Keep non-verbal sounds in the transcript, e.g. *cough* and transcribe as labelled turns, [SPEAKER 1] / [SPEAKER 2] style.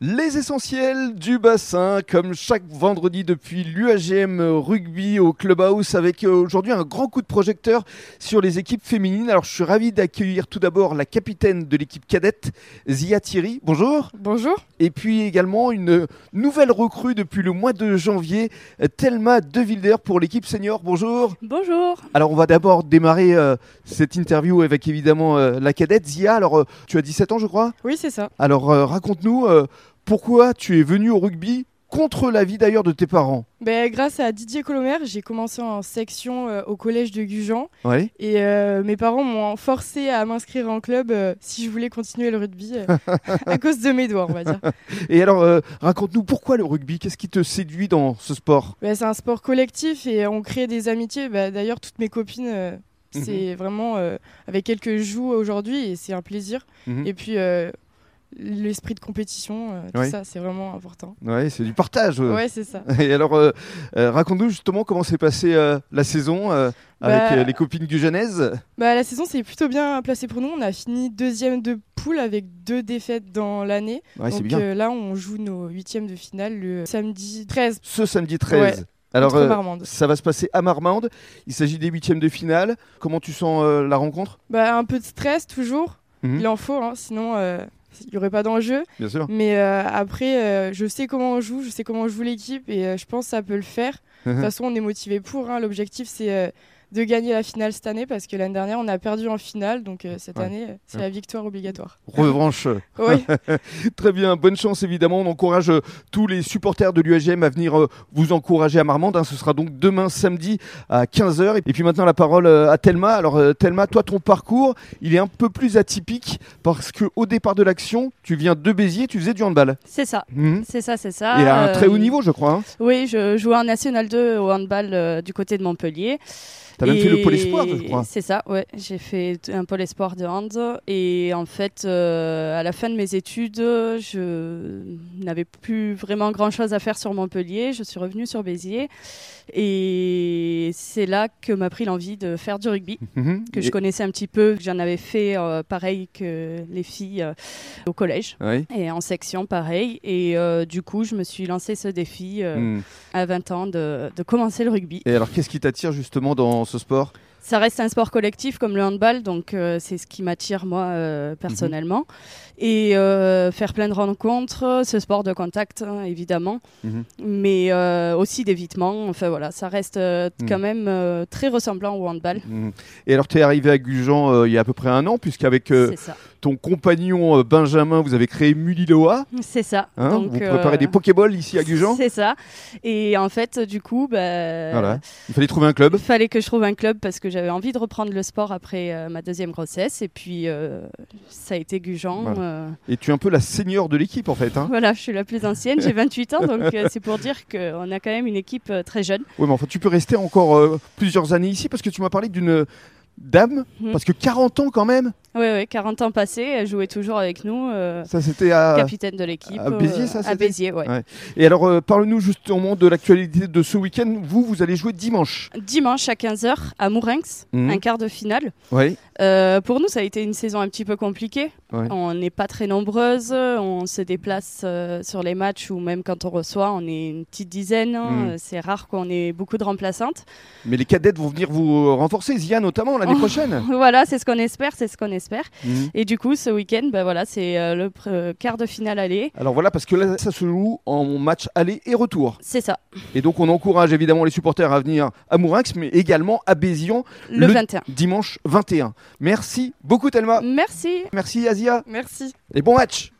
[SPEAKER 1] Les essentiels du bassin, comme chaque vendredi depuis l'UAGM Rugby au Clubhouse, avec euh, aujourd'hui un grand coup de projecteur sur les équipes féminines. Alors je suis ravi d'accueillir tout d'abord la capitaine de l'équipe cadette, Zia Thierry. Bonjour.
[SPEAKER 2] Bonjour.
[SPEAKER 1] Et puis également une nouvelle recrue depuis le mois de janvier, Thelma Devilder pour l'équipe senior. Bonjour.
[SPEAKER 2] Bonjour.
[SPEAKER 1] Alors on va d'abord démarrer euh, cette interview avec évidemment euh, la cadette, Zia. Alors euh, tu as 17 ans je crois
[SPEAKER 2] Oui c'est ça.
[SPEAKER 1] Alors euh, raconte-nous pourquoi tu es venu au rugby contre l'avis d'ailleurs de tes parents
[SPEAKER 2] ben, Grâce à Didier Colomer, j'ai commencé en section euh, au collège de Gujan.
[SPEAKER 1] Ouais.
[SPEAKER 2] Et euh, mes parents m'ont forcé à m'inscrire en club euh, si je voulais continuer le rugby euh, *laughs* à cause de mes doigts, on va dire.
[SPEAKER 1] Et alors, euh, raconte-nous pourquoi le rugby Qu'est-ce qui te séduit dans ce sport
[SPEAKER 2] ben, C'est un sport collectif et on crée des amitiés. Ben, d'ailleurs, toutes mes copines. c'est mmh. vraiment avec quelques joues aujourd'hui et c'est un plaisir.
[SPEAKER 1] Mhm.
[SPEAKER 2] Mmh. Et puis l'esprit de compétition, euh, tout oui. ça, c'est vraiment important.
[SPEAKER 1] Oui, c'est du partage.
[SPEAKER 2] Euh. Oui, c'est ça.
[SPEAKER 1] *laughs* Et alors, euh, raconte-nous justement comment s'est passée la saison bah, avec les copines du Genèse.
[SPEAKER 2] Bah, la saison s'est plutôt bien placée pour nous. On a fini deuxième de poule avec deux défaites dans l'année.
[SPEAKER 1] Ouais,
[SPEAKER 2] Donc euh,
[SPEAKER 1] bien.
[SPEAKER 2] là, on joue nos huitièmes de finale le samedi 13.
[SPEAKER 1] Ce samedi 13 ouais. Alors,
[SPEAKER 2] euh,
[SPEAKER 1] ça va se passer à Marmande. Il s'agit des huitièmes de finale. Comment tu sens euh, la rencontre
[SPEAKER 2] bah, Un peu de stress toujours. Mm-hmm. Il en faut, hein, sinon il n'y aurait pas d'enjeu.
[SPEAKER 1] Bien sûr.
[SPEAKER 2] Mais euh, après, euh, je sais comment on joue, je sais comment on joue l'équipe et euh, je pense que ça peut le faire. De toute façon, on est motivé pour. Hein. L'objectif, c'est de gagner la finale cette année parce que l'année dernière, on a perdu en finale. Donc euh, cette ouais. année, c'est ouais. la victoire obligatoire.
[SPEAKER 1] Revanche. euh,
[SPEAKER 2] *laughs* oui.
[SPEAKER 1] Très bien. Bonne chance, évidemment. On encourage euh, tous les supporters de l'UAGM à venir euh, vous encourager à Marmande. Hein. Ce sera donc demain, samedi, à 15h. Et puis maintenant, la parole euh, à Thelma. Alors, Thelma, toi, ton parcours, il est un peu plus atypique parce qu'au départ de l'action, tu viens de Béziers, tu faisais du handball. Mhm.
[SPEAKER 3] C'est ça, mmh. c'est ça, c'est ça. Euh,
[SPEAKER 1] Et à un très haut niveau, je crois. Hein.
[SPEAKER 3] Oui, je jouais en National 2 au handball euh, du côté de Montpellier.
[SPEAKER 1] T'as et... même fait le pôle espoir, je crois.
[SPEAKER 3] C'est ça, ouais. J'ai fait un pôle espoir de hand. Et en fait, euh, à la fin de mes études, je n'avais plus vraiment grand-chose à faire sur Montpellier. Je suis revenue sur Béziers. Et c'est là que m'a pris l'envie de faire du rugby,
[SPEAKER 1] Mhm.
[SPEAKER 3] mmh. que et... je connaissais un petit peu, que j'en avais fait euh, pareil que les filles euh, au collège
[SPEAKER 1] oui.
[SPEAKER 3] et en section pareil. Et euh, du coup, je me suis lancé ce défi euh, mm. à 20 ans de, de, commencer le rugby.
[SPEAKER 1] Mhm. Et alors, qu'est-ce qui t'attire justement dans ce sport
[SPEAKER 3] ça reste un sport collectif comme le handball, donc euh, c'est ce qui m'attire moi euh, personnellement.
[SPEAKER 1] Mhm.
[SPEAKER 3] Mm-hmm. Et faire plein de rencontres, ce sport de contact hein, évidemment,
[SPEAKER 1] Mhm.
[SPEAKER 3] mm-hmm. mais euh, aussi d'évitement. Enfin voilà, ça reste mm. quand même très ressemblant au handball. Mm.
[SPEAKER 1] Mhm. Et alors tu es arrivé à Gujan euh, il y a à peu près un an, puisqu'avec euh, ton compagnon euh, Benjamin, vous avez créé Muliloa.
[SPEAKER 3] C'est ça.
[SPEAKER 1] Hein Donc, vous préparez euh... des Pokéballs ici à Gujan.
[SPEAKER 3] C'est ça. Et en fait, du coup, bah...
[SPEAKER 1] voilà. il fallait trouver un club.
[SPEAKER 3] Il fallait que je trouve un club parce que j'avais envie de reprendre le sport après euh, ma deuxième grossesse. Et puis, euh, ça a été Gujan. Voilà.
[SPEAKER 1] Et tu es un peu la senior de l'équipe en fait. Hein
[SPEAKER 3] voilà, je suis la plus ancienne, j'ai 28 ans. Donc, euh, c'est pour dire qu'on a quand même une équipe euh, très jeune.
[SPEAKER 1] Oui, mais enfin, tu peux rester encore euh, plusieurs années ici parce que tu m'as parlé d'une dame, mmh. parce que 40 ans quand même.
[SPEAKER 3] Oui, oui, 40 ans passés, elle jouait toujours avec nous. Euh,
[SPEAKER 1] ça, c'était à...
[SPEAKER 3] Capitaine de l'équipe.
[SPEAKER 1] Ah.
[SPEAKER 3] euh,
[SPEAKER 1] À Béziers, ça, c'était
[SPEAKER 3] À Béziers, ouais. ouais.
[SPEAKER 1] Et alors, euh, parle-nous justement de l'actualité de ce week-end. Vous, vous allez jouer dimanche. Mhm.
[SPEAKER 3] Dimanche à 15h à Mourinx, mmh. un quart de finale.
[SPEAKER 1] Oui.
[SPEAKER 3] Euh, pour nous, ça a été une saison un petit peu compliquée. Ouais. On n'est pas très nombreuses, on se déplace euh, sur les matchs ou même quand on reçoit, on est une petite dizaine. Mmh. C'est rare qu'on ait beaucoup de remplaçantes. *laughs*
[SPEAKER 1] Mais les cadettes vont venir vous euh, renforcer, Zia notamment, l'année
[SPEAKER 3] *laughs*
[SPEAKER 1] prochaine. Mhm.
[SPEAKER 3] voilà, c'est ce qu'on espère, c'est ce qu'on espère espère. Mmh. Et du coup, ce week-end, bah voilà, c'est euh, le euh, quart de finale aller.
[SPEAKER 1] Alors voilà, parce que là, ça se joue en match aller et retour.
[SPEAKER 3] C'est ça.
[SPEAKER 1] Et donc, on encourage évidemment les supporters à venir à Mourinx, mais également à Bézion
[SPEAKER 3] le, le 21.
[SPEAKER 1] dimanche 21. Merci beaucoup, Thelma.
[SPEAKER 3] Merci.
[SPEAKER 1] Merci, Asia.
[SPEAKER 2] Merci.
[SPEAKER 1] Et bon match.